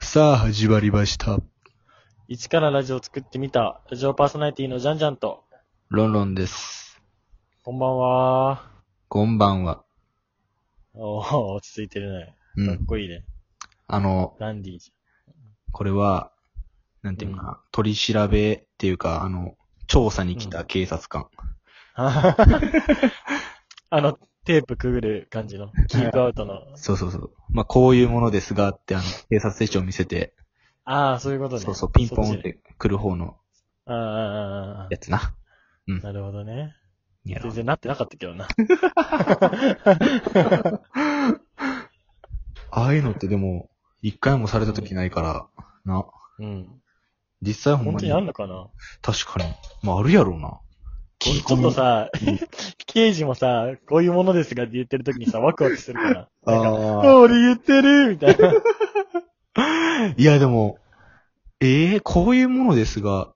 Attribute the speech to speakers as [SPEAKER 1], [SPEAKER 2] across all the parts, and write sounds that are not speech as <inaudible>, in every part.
[SPEAKER 1] さあ、始まりました。
[SPEAKER 2] 一からラジオを作ってみた、ラジオパーソナリティのジャンジャンと、
[SPEAKER 1] ロンロンです。
[SPEAKER 2] こんばんは。
[SPEAKER 1] こんばんは。
[SPEAKER 2] おー、落ち着いてるね。
[SPEAKER 1] う
[SPEAKER 2] かっ
[SPEAKER 1] ん。
[SPEAKER 2] こいいね。
[SPEAKER 1] あの、
[SPEAKER 2] ランディーじ
[SPEAKER 1] これは、なんていうかな、取り調べっていうか、あの、調査に来た警察官。
[SPEAKER 2] ゃ
[SPEAKER 1] <laughs>
[SPEAKER 2] ん。あの、テープくぐる感じの、キープアウトの。
[SPEAKER 1] そうそうそう。まあ、こういうものですがって、あの、警察手帳を見せて、
[SPEAKER 2] ああ、そういうことね。
[SPEAKER 1] そうそう、ピンポンっ
[SPEAKER 2] そちね。
[SPEAKER 1] て来る方の
[SPEAKER 2] あーあー、あーあ
[SPEAKER 1] やつな。
[SPEAKER 2] ー、なるほどね。
[SPEAKER 1] やろ
[SPEAKER 2] 全然なってなかったけどな。
[SPEAKER 1] ああいうのってでも、一回もされた時ないから、な。
[SPEAKER 2] うん。
[SPEAKER 1] 実際ほん
[SPEAKER 2] 本
[SPEAKER 1] ま
[SPEAKER 2] 当
[SPEAKER 1] に
[SPEAKER 2] に、あんのかな
[SPEAKER 1] 確かに。まあ、あるやろうな。
[SPEAKER 2] 俺ちょっとさ、
[SPEAKER 1] <laughs>
[SPEAKER 2] 刑事もさ、こういうものですがって言ってる時にさ、ワクワクするから。なんか
[SPEAKER 1] <laughs>
[SPEAKER 2] あ
[SPEAKER 1] ああ。
[SPEAKER 2] ー俺言ってるみたいな。
[SPEAKER 1] いや、でも、ええこういうものですが、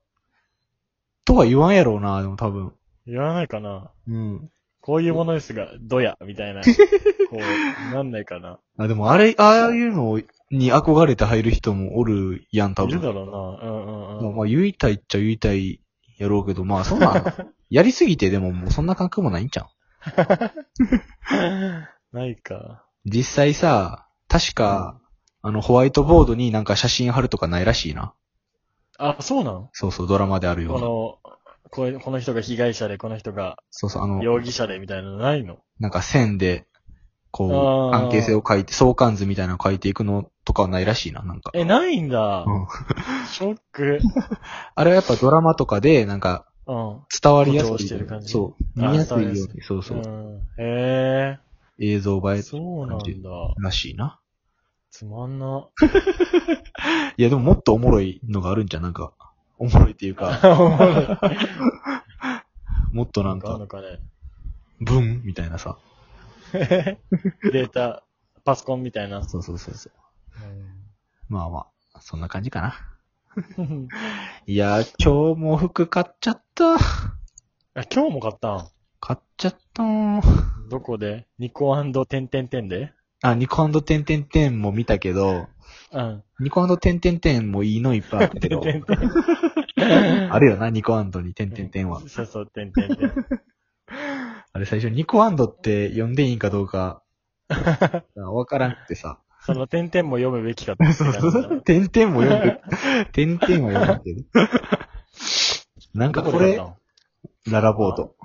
[SPEAKER 1] とは言わんやろうな、でも多分。
[SPEAKER 2] 言わないかな。
[SPEAKER 1] うん。
[SPEAKER 2] こういうものですが、どや、み
[SPEAKER 1] <laughs>
[SPEAKER 2] たいな。こう、なんないかな。
[SPEAKER 1] あ、でもあれ、ああいうのに憧れて入る人もおるやん、多
[SPEAKER 2] いるだ
[SPEAKER 1] 分。
[SPEAKER 2] ろうな。うんう
[SPEAKER 1] まあ、
[SPEAKER 2] んうん。
[SPEAKER 1] まあ、言いたいっちゃ言いたいやろうけど、まあ、そん <laughs> な、やりすぎてでももうそんな感覚もないんちゃう
[SPEAKER 2] ないか。
[SPEAKER 1] 実際さ、確か、あの、ホワイトボードになんか写真貼るとかないらしいな。
[SPEAKER 2] あ、そうなん
[SPEAKER 1] そうそう、ドラマであるよ
[SPEAKER 2] こ
[SPEAKER 1] うな。
[SPEAKER 2] の、これこの人が被害者で、この人が
[SPEAKER 1] そうそう、あの、
[SPEAKER 2] 容疑者で、みたいなのないの
[SPEAKER 1] なんか線で、こ
[SPEAKER 2] あ
[SPEAKER 1] う、
[SPEAKER 2] ー
[SPEAKER 1] 関係性を書いて、相関図みたいなのを書いていくのとかはないらしいな、なんか。
[SPEAKER 2] え、ないんだ
[SPEAKER 1] う。ん
[SPEAKER 2] ショック。
[SPEAKER 1] あれはやっぱドラマとかで、なんか、
[SPEAKER 2] うん。
[SPEAKER 1] 伝わりやす
[SPEAKER 2] 誇張
[SPEAKER 1] い。
[SPEAKER 2] してる感じ
[SPEAKER 1] そう。
[SPEAKER 2] あ
[SPEAKER 1] 見やすい
[SPEAKER 2] 伝わり
[SPEAKER 1] よ
[SPEAKER 2] や
[SPEAKER 1] うに、そうそう。
[SPEAKER 2] うん。へ
[SPEAKER 1] 映像映
[SPEAKER 2] え。
[SPEAKER 1] え
[SPEAKER 2] そうなんだ。
[SPEAKER 1] らしいな。
[SPEAKER 2] つまんな。 <laughs>
[SPEAKER 1] いや、でももっとおもろいのがあるんじゃん、なんか。おもろいっていう
[SPEAKER 2] <laughs>
[SPEAKER 1] か、
[SPEAKER 2] おもろい
[SPEAKER 1] もっとな
[SPEAKER 2] なんんかあん
[SPEAKER 1] か、
[SPEAKER 2] のかね。
[SPEAKER 1] ブンみたいなさ。
[SPEAKER 2] データ、パソコンみたいな。
[SPEAKER 1] そうそうそうそう。まあまあ、そんな感じかな。
[SPEAKER 2] うん
[SPEAKER 1] いやー、今日も服買っちゃった。
[SPEAKER 2] <laughs> あ、今日も買ったん
[SPEAKER 1] 買っちゃったー
[SPEAKER 2] どこでニコてんてんてんで
[SPEAKER 1] あ、ニコテンテンテンも見たけど、
[SPEAKER 2] うん。
[SPEAKER 1] ニコテンテンテンもいいのいっぱいあったけ
[SPEAKER 2] て <laughs> ん
[SPEAKER 1] ど、
[SPEAKER 2] てんてん。
[SPEAKER 1] <laughs> あるよな、ニコにテンテンテンは。
[SPEAKER 2] そうそう、てんてんてん。
[SPEAKER 1] あれ最初、ニコアンドって呼んでいいんかどうか、 <laughs> わからんくてさ。
[SPEAKER 2] そのてんてんも読むべきかって
[SPEAKER 1] そう
[SPEAKER 2] 感じだ
[SPEAKER 1] そう。点々も読ん
[SPEAKER 2] <laughs>
[SPEAKER 1] で、点々は読んでる。なんか
[SPEAKER 2] ど
[SPEAKER 1] こ
[SPEAKER 2] こで買った
[SPEAKER 1] れ、
[SPEAKER 2] の
[SPEAKER 1] ララボード。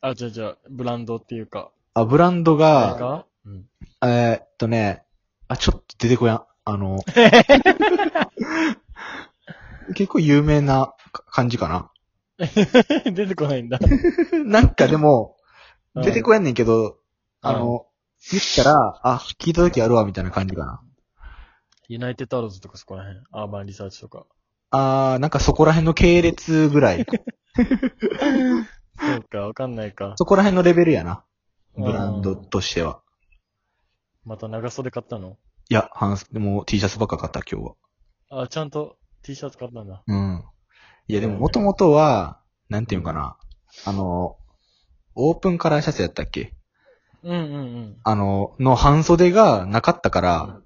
[SPEAKER 2] あ、じゃあじゃあ、ブランドっていうか。
[SPEAKER 1] あ、ブランド
[SPEAKER 2] あれ
[SPEAKER 1] が、
[SPEAKER 2] かうん。
[SPEAKER 1] えーっとね、あ、ちょっと出てこやん。あ
[SPEAKER 2] <laughs>
[SPEAKER 1] の、結構有名な感じかな。
[SPEAKER 2] <laughs> 出てこないん
[SPEAKER 1] <laughs>
[SPEAKER 2] だ。
[SPEAKER 1] なんかでも、
[SPEAKER 2] うん
[SPEAKER 1] 出てこやんねんけど、あの、言ったら、あ、聞いた時あるわ、みたいな感じかな。
[SPEAKER 2] ユナイテッドアローズとかそこら辺。アーバンリサーチとか。
[SPEAKER 1] あー、なんかそこら辺の系列ぐらい。
[SPEAKER 2] <laughs> そうか、わかんないか。
[SPEAKER 1] そこら辺のレベルやな。
[SPEAKER 2] うん
[SPEAKER 1] ブランドとしては。
[SPEAKER 2] また長袖買ったの
[SPEAKER 1] いや、半袖、もう T シャツばっか買った、今日は。
[SPEAKER 2] あ、ちゃんと T シャツ買ったんだ。
[SPEAKER 1] うん。いや、でも元々は、なんていうのかな。あの、オープンカラーシャツやったっけ
[SPEAKER 2] うんうん
[SPEAKER 1] あの、の半袖がなかったから、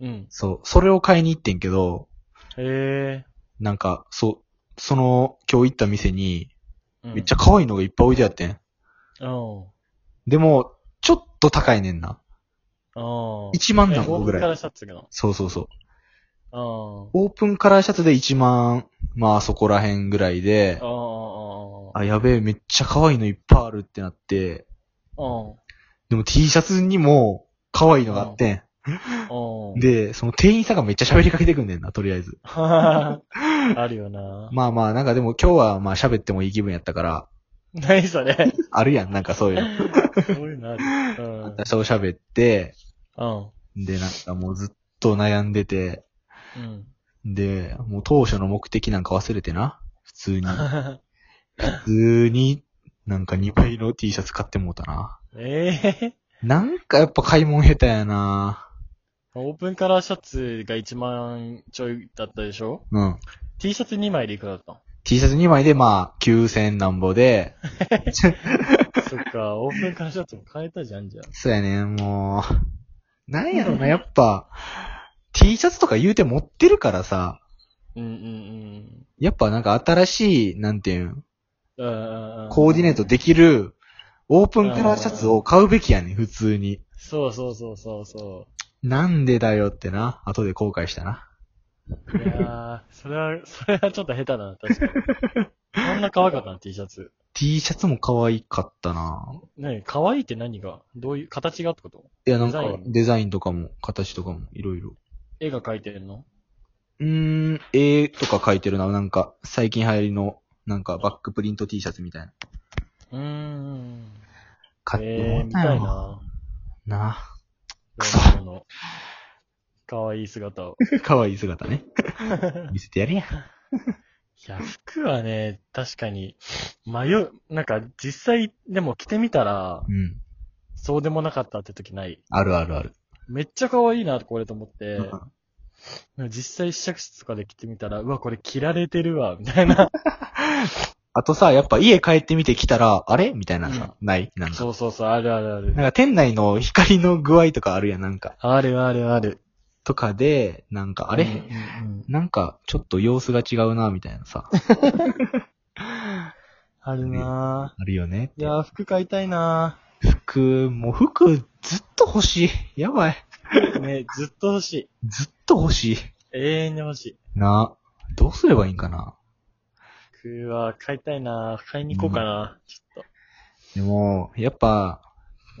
[SPEAKER 2] うん。うん。
[SPEAKER 1] そう、それを買いに行ってんけど、
[SPEAKER 2] へえ。
[SPEAKER 1] なんか、そう、その、今日行った店に、めっちゃ
[SPEAKER 2] ゃ。
[SPEAKER 1] 可愛いのがいっぱい置いてあってん。
[SPEAKER 2] うん。
[SPEAKER 1] でも、ちょっと高いねんな。
[SPEAKER 2] ああ。
[SPEAKER 1] 1万何
[SPEAKER 2] えオ
[SPEAKER 1] 個
[SPEAKER 2] ー
[SPEAKER 1] ぐ
[SPEAKER 2] プンカラ
[SPEAKER 1] らい。
[SPEAKER 2] ーシャツの。
[SPEAKER 1] そうそうそう。
[SPEAKER 2] あー
[SPEAKER 1] オープンカラーシャツで1万、まあそこら辺ぐらいで
[SPEAKER 2] あー、あー。あー
[SPEAKER 1] あ、やべえ、めっちゃ可愛いのいっぱいあるってなって、
[SPEAKER 2] あ
[SPEAKER 1] でも T シャツにも可愛いのがあって
[SPEAKER 2] ー。
[SPEAKER 1] ん。で、その店員さんがめっちゃ喋りかけてくんねんな、とりあえず。
[SPEAKER 2] あー <laughs> あるよな。
[SPEAKER 1] まあまあ、なんかでも今日はまあ喋ってもいい気分やったから、
[SPEAKER 2] 何
[SPEAKER 1] <laughs>
[SPEAKER 2] それ。
[SPEAKER 1] あるやん、なんかそういうの。
[SPEAKER 2] そういうのある。うん。うん。
[SPEAKER 1] そう喋って、
[SPEAKER 2] うん
[SPEAKER 1] で、なんかもうずっと悩んでて、
[SPEAKER 2] うん。 <laughs>
[SPEAKER 1] で、もう当初の目的なんか忘れてな、普通に。普通に、なんか2倍の T シャツ買ってもうたな。
[SPEAKER 2] ええ。
[SPEAKER 1] なんかやっぱ買い物下手やな
[SPEAKER 2] オープンカラーシャツが1万ちょいだったでしょ
[SPEAKER 1] うん。
[SPEAKER 2] ?T シャツ2枚でいくらだったの
[SPEAKER 1] T シャツ2枚でまあ9000なんぼで、
[SPEAKER 2] そっか、オープンカラーシャツも変えたじゃんじゃん。
[SPEAKER 1] そうやね、もう。なんやろな、やっぱ、T T シャツとか言うて持ってるからさ、
[SPEAKER 2] うんうん
[SPEAKER 1] やっぱなんか新しい、なんていうん、
[SPEAKER 2] うんうんうん。
[SPEAKER 1] コーディネートできる、オープンカラーシャツを買うべきやねん、普通に。
[SPEAKER 2] そうそうそうそうそ
[SPEAKER 1] なんでだよってな、後で後悔したな。
[SPEAKER 2] う。いやー、それは、それはちょっと下手だな、確かに。
[SPEAKER 1] <laughs>
[SPEAKER 2] こんな可愛かったな、T シャツ。
[SPEAKER 1] T シャツも可愛かったな
[SPEAKER 2] ねえ可愛いって何がどういう、形がってこと
[SPEAKER 1] いや、なん
[SPEAKER 2] デ
[SPEAKER 1] か
[SPEAKER 2] ザイン
[SPEAKER 1] デザインとかも、形とかも、いろいろ。
[SPEAKER 2] 絵が描いてるの
[SPEAKER 1] うーん、絵とか書いてるな、なんか、最近流行りの、なんか、バックプリント T シャツみたいな。
[SPEAKER 2] うーん。
[SPEAKER 1] 買って
[SPEAKER 2] えー、
[SPEAKER 1] も
[SPEAKER 2] 見
[SPEAKER 1] らったた
[SPEAKER 2] い
[SPEAKER 1] よ
[SPEAKER 2] な。
[SPEAKER 1] <laughs> な。くそ
[SPEAKER 2] その、可愛い姿を。
[SPEAKER 1] 可愛い姿
[SPEAKER 2] <laughs>
[SPEAKER 1] ね。見せてやれや。
[SPEAKER 2] いや、服はね、確かに、迷う、なんか実際でも着てみたら、
[SPEAKER 1] うん。
[SPEAKER 2] そうでもなかったって時ない。
[SPEAKER 1] あるあるある。
[SPEAKER 2] めっちゃ可愛いな、これと思って、
[SPEAKER 1] うん
[SPEAKER 2] でも実際試着室とかで着てみたら、うわ、これ着られてるわ、みたいな。
[SPEAKER 1] あとさ、やっぱ家帰ってみて来たら、あれみたいなさ、ないなんか。
[SPEAKER 2] そうそうそう、あるあるある
[SPEAKER 1] な。んか店内の光の具合とかあるやん、なんか。
[SPEAKER 2] あるあるある。
[SPEAKER 1] とかで、なんか、あ
[SPEAKER 2] うん
[SPEAKER 1] れ
[SPEAKER 2] うんうん
[SPEAKER 1] なんか、ちょっと様子が違うな、みたいなさ。
[SPEAKER 2] あるな
[SPEAKER 1] あるよね。
[SPEAKER 2] ぁ。いやー、服買いたいな
[SPEAKER 1] 服、もう服、ずっと欲しい。やばい。
[SPEAKER 2] ぁ。ね、ずっと欲しい。
[SPEAKER 1] ずっと欲しい。
[SPEAKER 2] 永遠に欲しい。
[SPEAKER 1] な。どうすればいいんかな。
[SPEAKER 2] 服は買いたいなぁ。買いに行こうかな、ちょっ
[SPEAKER 1] でも、やっぱ、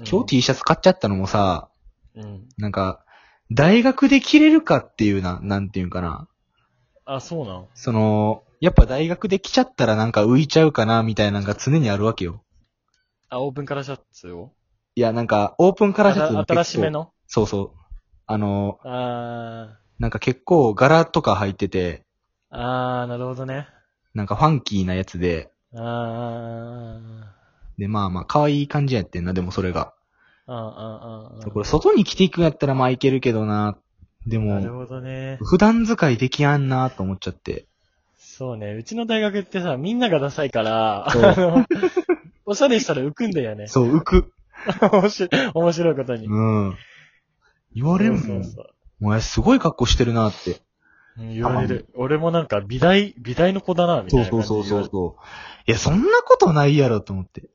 [SPEAKER 2] と。
[SPEAKER 1] 今日 T シャツ買っちゃったのもさ、
[SPEAKER 2] うんうん。
[SPEAKER 1] なんか、大学で着れるかっていうな、なんていうんかな。
[SPEAKER 2] あ、そうなの
[SPEAKER 1] その、やっぱ大学で着ちゃったらなんか浮いちゃうかな、みたいなのが常にあるわけよ。
[SPEAKER 2] あ、オープンカラーシャツを
[SPEAKER 1] いや、なんか、オープンカラーシャツ
[SPEAKER 2] あ
[SPEAKER 1] も
[SPEAKER 2] た新
[SPEAKER 1] 結
[SPEAKER 2] しめ
[SPEAKER 1] 構、
[SPEAKER 2] の
[SPEAKER 1] そうそう。あの、
[SPEAKER 2] あ
[SPEAKER 1] なんか結構柄とか入ってて、
[SPEAKER 2] ー、あー、なるほどね。
[SPEAKER 1] なんかファンキーなやつで、
[SPEAKER 2] あー、あ
[SPEAKER 1] で、まあまあ、可愛い感じやってんな、でもそれが。
[SPEAKER 2] ー、あー、あー。
[SPEAKER 1] これ、外に着ていくんやったらまあいけるけどな、で
[SPEAKER 2] なる
[SPEAKER 1] も、
[SPEAKER 2] ほどね。
[SPEAKER 1] <laughs> 普段使いできやんな、と思っちゃって。
[SPEAKER 2] そうね。うちの大学ってさ、みんながダサいから、
[SPEAKER 1] そ
[SPEAKER 2] あ
[SPEAKER 1] う、
[SPEAKER 2] の、 <laughs> おしゃれしたら浮くんだよね。
[SPEAKER 1] そう浮く。
[SPEAKER 2] 面白い、 <laughs> 面白いことに。
[SPEAKER 1] うん。言われる
[SPEAKER 2] そ
[SPEAKER 1] も
[SPEAKER 2] うんそ。うそう
[SPEAKER 1] お前すごい格好してるなって。
[SPEAKER 2] うん言われる。俺もなんか美大、美大の子だな、みたい
[SPEAKER 1] そう
[SPEAKER 2] な
[SPEAKER 1] そ
[SPEAKER 2] 感
[SPEAKER 1] う
[SPEAKER 2] じ
[SPEAKER 1] そうそう
[SPEAKER 2] で言われる。
[SPEAKER 1] そう。いや、そんなことないやろと思って。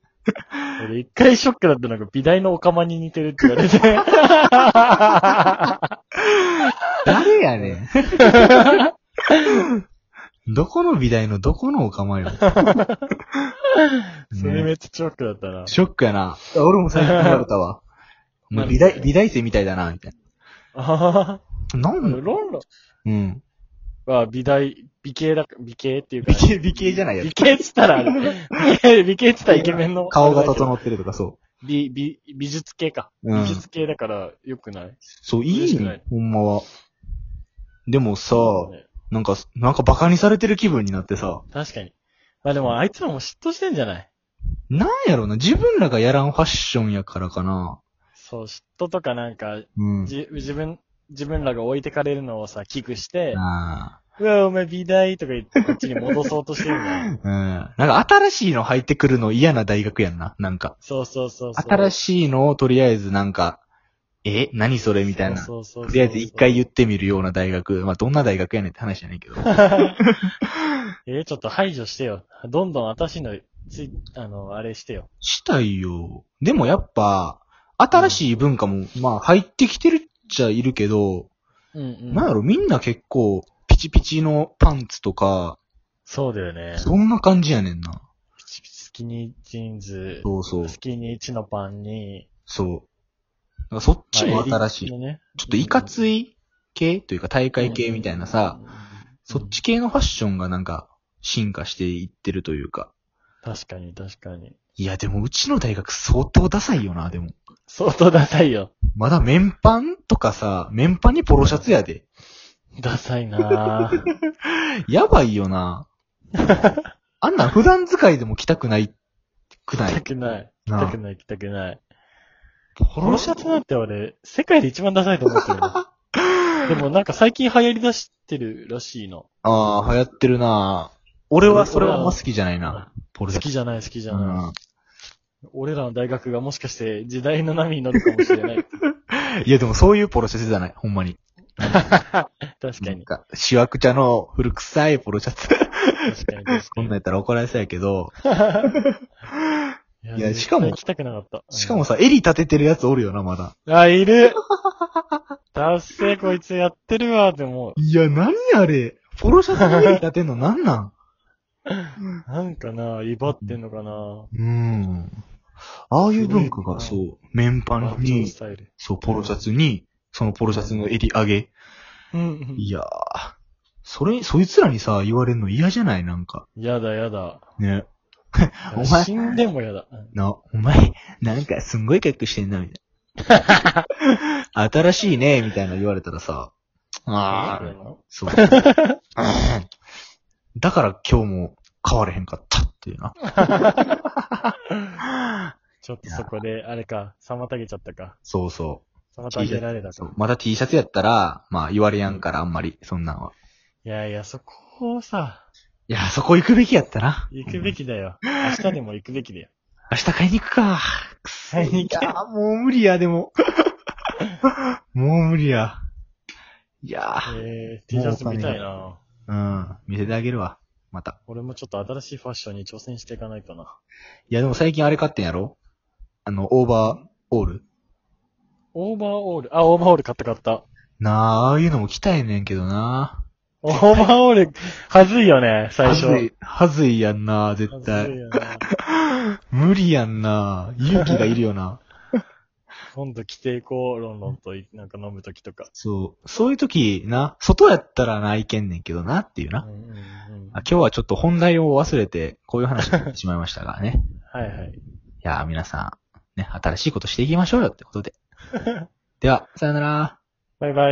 [SPEAKER 2] 俺一回ショックだったのが美大のオカマに似てるって言
[SPEAKER 1] <laughs>
[SPEAKER 2] われて。
[SPEAKER 1] 誰やねん。 <laughs> どこの美大のどこのお構い
[SPEAKER 2] <laughs>
[SPEAKER 1] よ。
[SPEAKER 2] それめっちゃショックだったな。
[SPEAKER 1] ショックやな。俺も最近言われたわ。お前美大、美大生みたいだな、みたい
[SPEAKER 2] あ
[SPEAKER 1] な。な
[SPEAKER 2] ー
[SPEAKER 1] ん
[SPEAKER 2] ロンロン
[SPEAKER 1] うん。
[SPEAKER 2] は美大、美形だ、美形っていうか
[SPEAKER 1] 美、形、美形じゃないや
[SPEAKER 2] 美形っつったらあれ、美形美形っつったらイケメンの。
[SPEAKER 1] 顔が
[SPEAKER 2] の。
[SPEAKER 1] 整ってるとかそう。
[SPEAKER 2] 美、美、美術系か。
[SPEAKER 1] うん
[SPEAKER 2] 美術系だから良くない
[SPEAKER 1] そう、いい
[SPEAKER 2] 嬉しくな
[SPEAKER 1] ね
[SPEAKER 2] い。
[SPEAKER 1] ほんまは。でもさ、
[SPEAKER 2] ね
[SPEAKER 1] なんか、なんかバカにされてる気分になってさ、
[SPEAKER 2] 確かに。まあでもあいつらも嫉妬してんじゃない
[SPEAKER 1] なんやろな、自分らがやらんファッションやからかな。
[SPEAKER 2] そう、嫉妬とかなんか、
[SPEAKER 1] うん。
[SPEAKER 2] じ、自分、自分らが置いてかれるのをさ、危惧して、
[SPEAKER 1] あ
[SPEAKER 2] うわ、お前美大とか言って、こっちに戻そうとしてるんだ
[SPEAKER 1] あ。う <laughs>
[SPEAKER 2] よ。
[SPEAKER 1] ん。なんか新しいの入ってくるの嫌な大学やんな、なんか。
[SPEAKER 2] そうそうそうそう。
[SPEAKER 1] 新
[SPEAKER 2] い
[SPEAKER 1] しいのをとりあえずなんか、え何それみたいな。と
[SPEAKER 2] そうそうそうそう
[SPEAKER 1] りあえず一回言ってみるような大学。まあ、どんな大学やねんって話じゃないけど。
[SPEAKER 2] <laughs>
[SPEAKER 1] <laughs>
[SPEAKER 2] えー、ちょっと排除してよ。どんどん私の、つい、あの、あれしてよ。
[SPEAKER 1] したいよ。でもやっぱ、新しい文化も、まあ、入ってきてるっちゃいるけど、
[SPEAKER 2] うんうん。
[SPEAKER 1] なんやろ、みんな結構、ピチピチのパンツとか、
[SPEAKER 2] そうだよね。
[SPEAKER 1] そんな感じやねんな。
[SPEAKER 2] ピチピチスキニージーンズ、
[SPEAKER 1] そうそう。
[SPEAKER 2] スキニーチのパンに、
[SPEAKER 1] そう。だからそっちも
[SPEAKER 2] まあ
[SPEAKER 1] 新しい。
[SPEAKER 2] 襟のね、
[SPEAKER 1] ちょっといかつい系というか大会系みたいなさ、
[SPEAKER 2] うんうんうんうん、
[SPEAKER 1] そっち系のファッションがなんか進化していってるというか。
[SPEAKER 2] 確かに確かに。
[SPEAKER 1] いや、でもうちの大学相当ダサいよな、でも。
[SPEAKER 2] 相当ダサいよ。
[SPEAKER 1] まだ綿パンとかさ、綿パンにポロシャツやで。
[SPEAKER 2] ダサいなぁ。
[SPEAKER 1] やばいよな。あんなん普段使いでも着たくない、くな
[SPEAKER 2] <laughs> 着た
[SPEAKER 1] い。
[SPEAKER 2] くない。着
[SPEAKER 1] な
[SPEAKER 2] た
[SPEAKER 1] あ
[SPEAKER 2] くない、着たくない。
[SPEAKER 1] ポ
[SPEAKER 2] ポロシャツなんて俺、世界で一番ダサいと思ってる
[SPEAKER 1] <laughs>
[SPEAKER 2] よ。でもなんか最近流行り出してるらしいな。
[SPEAKER 1] ああ、流行ってるな俺はそれはあんま好きじゃないな。ポロシ
[SPEAKER 2] 好
[SPEAKER 1] ャツ。
[SPEAKER 2] きじゃない、好きじゃ
[SPEAKER 1] うん
[SPEAKER 2] ない。俺らの大
[SPEAKER 1] <laughs>
[SPEAKER 2] 学がもしかして時代の波に乗るかもしれない。
[SPEAKER 1] いや、でもそういうポロシャツじゃない、ほんまに。
[SPEAKER 2] 確か
[SPEAKER 1] なん
[SPEAKER 2] に。
[SPEAKER 1] か、シワクチャの古臭いポロシャ <laughs> ツ。
[SPEAKER 2] 確かに確
[SPEAKER 1] こ
[SPEAKER 2] か
[SPEAKER 1] ん
[SPEAKER 2] に
[SPEAKER 1] なん。やったら怒られそうやけど、
[SPEAKER 2] い
[SPEAKER 1] いやしかも
[SPEAKER 2] 行きたくなかった。
[SPEAKER 1] しかもさ、襟立ててるやつおるよな、まだ。
[SPEAKER 2] うん。あ、いる達成こいつやってるわって思う。
[SPEAKER 1] いや、何あれ。ポロシャツに襟立てんの何なん
[SPEAKER 2] なんかな、威張ってんのかな。
[SPEAKER 1] うん。ああいう文化が、そう、綿パン
[SPEAKER 2] ジョー
[SPEAKER 1] に
[SPEAKER 2] ス、タイル。
[SPEAKER 1] そう、ポロシャツに、そのポロシャツの襟上げ。
[SPEAKER 2] うん。
[SPEAKER 1] いやー、それ、そいつらにさ、言われるの嫌じゃないなんか。
[SPEAKER 2] やだやだ。
[SPEAKER 1] ね。お前
[SPEAKER 2] 死んでもやだ。うん
[SPEAKER 1] な、お前、なんかすんごい格好してんな、みたいな。新しいね、みたいな言われたらさ。ああ、そう。だから今日も変われへんかったっていうな。
[SPEAKER 2] ちょっとそこで、あれか、妨げちゃったか。
[SPEAKER 1] そうそ
[SPEAKER 2] 妨げられた
[SPEAKER 1] う。そ
[SPEAKER 2] か
[SPEAKER 1] う。まだ T シャツやったら、まあ言われやんからあんまり、そんなんは。
[SPEAKER 2] いやいや、そこをさ、
[SPEAKER 1] いや、そこ行くべきやったな。
[SPEAKER 2] 行くべ
[SPEAKER 1] き。
[SPEAKER 2] きだよ。明日でも行くべきだよ。
[SPEAKER 1] 明日買いに行くか。くそ
[SPEAKER 2] 買いに行け
[SPEAKER 1] いや、もう無理や、でも。もう無理や。いや
[SPEAKER 2] <laughs> えー、T シャツ見たいな。
[SPEAKER 1] うん。見せてあげるわ。また。
[SPEAKER 2] 俺もちょっと新しいファッションに挑戦していかないとな。
[SPEAKER 1] いや、でも最近あれ買ってんやろあの、オーバーオール
[SPEAKER 2] オーバーオール、あ、オーバーオール買った買った。
[SPEAKER 1] なあ、ああいうのも着たいねんけどな。
[SPEAKER 2] オーバーオール、はずいよね、最初。
[SPEAKER 1] はずい、はずいやんな、絶
[SPEAKER 2] はずい
[SPEAKER 1] 対。
[SPEAKER 2] よね。
[SPEAKER 1] 無理やんな。勇気がいるよ
[SPEAKER 2] <laughs>
[SPEAKER 1] な。
[SPEAKER 2] 今度着ていこう、ロンロンとい、なんか飲むときとか。
[SPEAKER 1] そう。そういう時、な、外やったらないけんねんけどなっていうな。
[SPEAKER 2] うんうんうん
[SPEAKER 1] あ今日はちょっと本題を忘れて、こういう話をしてしまいましたが
[SPEAKER 2] <laughs>
[SPEAKER 1] ね。
[SPEAKER 2] はいはい。
[SPEAKER 1] いやー、皆
[SPEAKER 2] <laughs>
[SPEAKER 1] さん、ね、新しいことしていきましょうよってことで。では、さよなら。
[SPEAKER 2] バイバイ。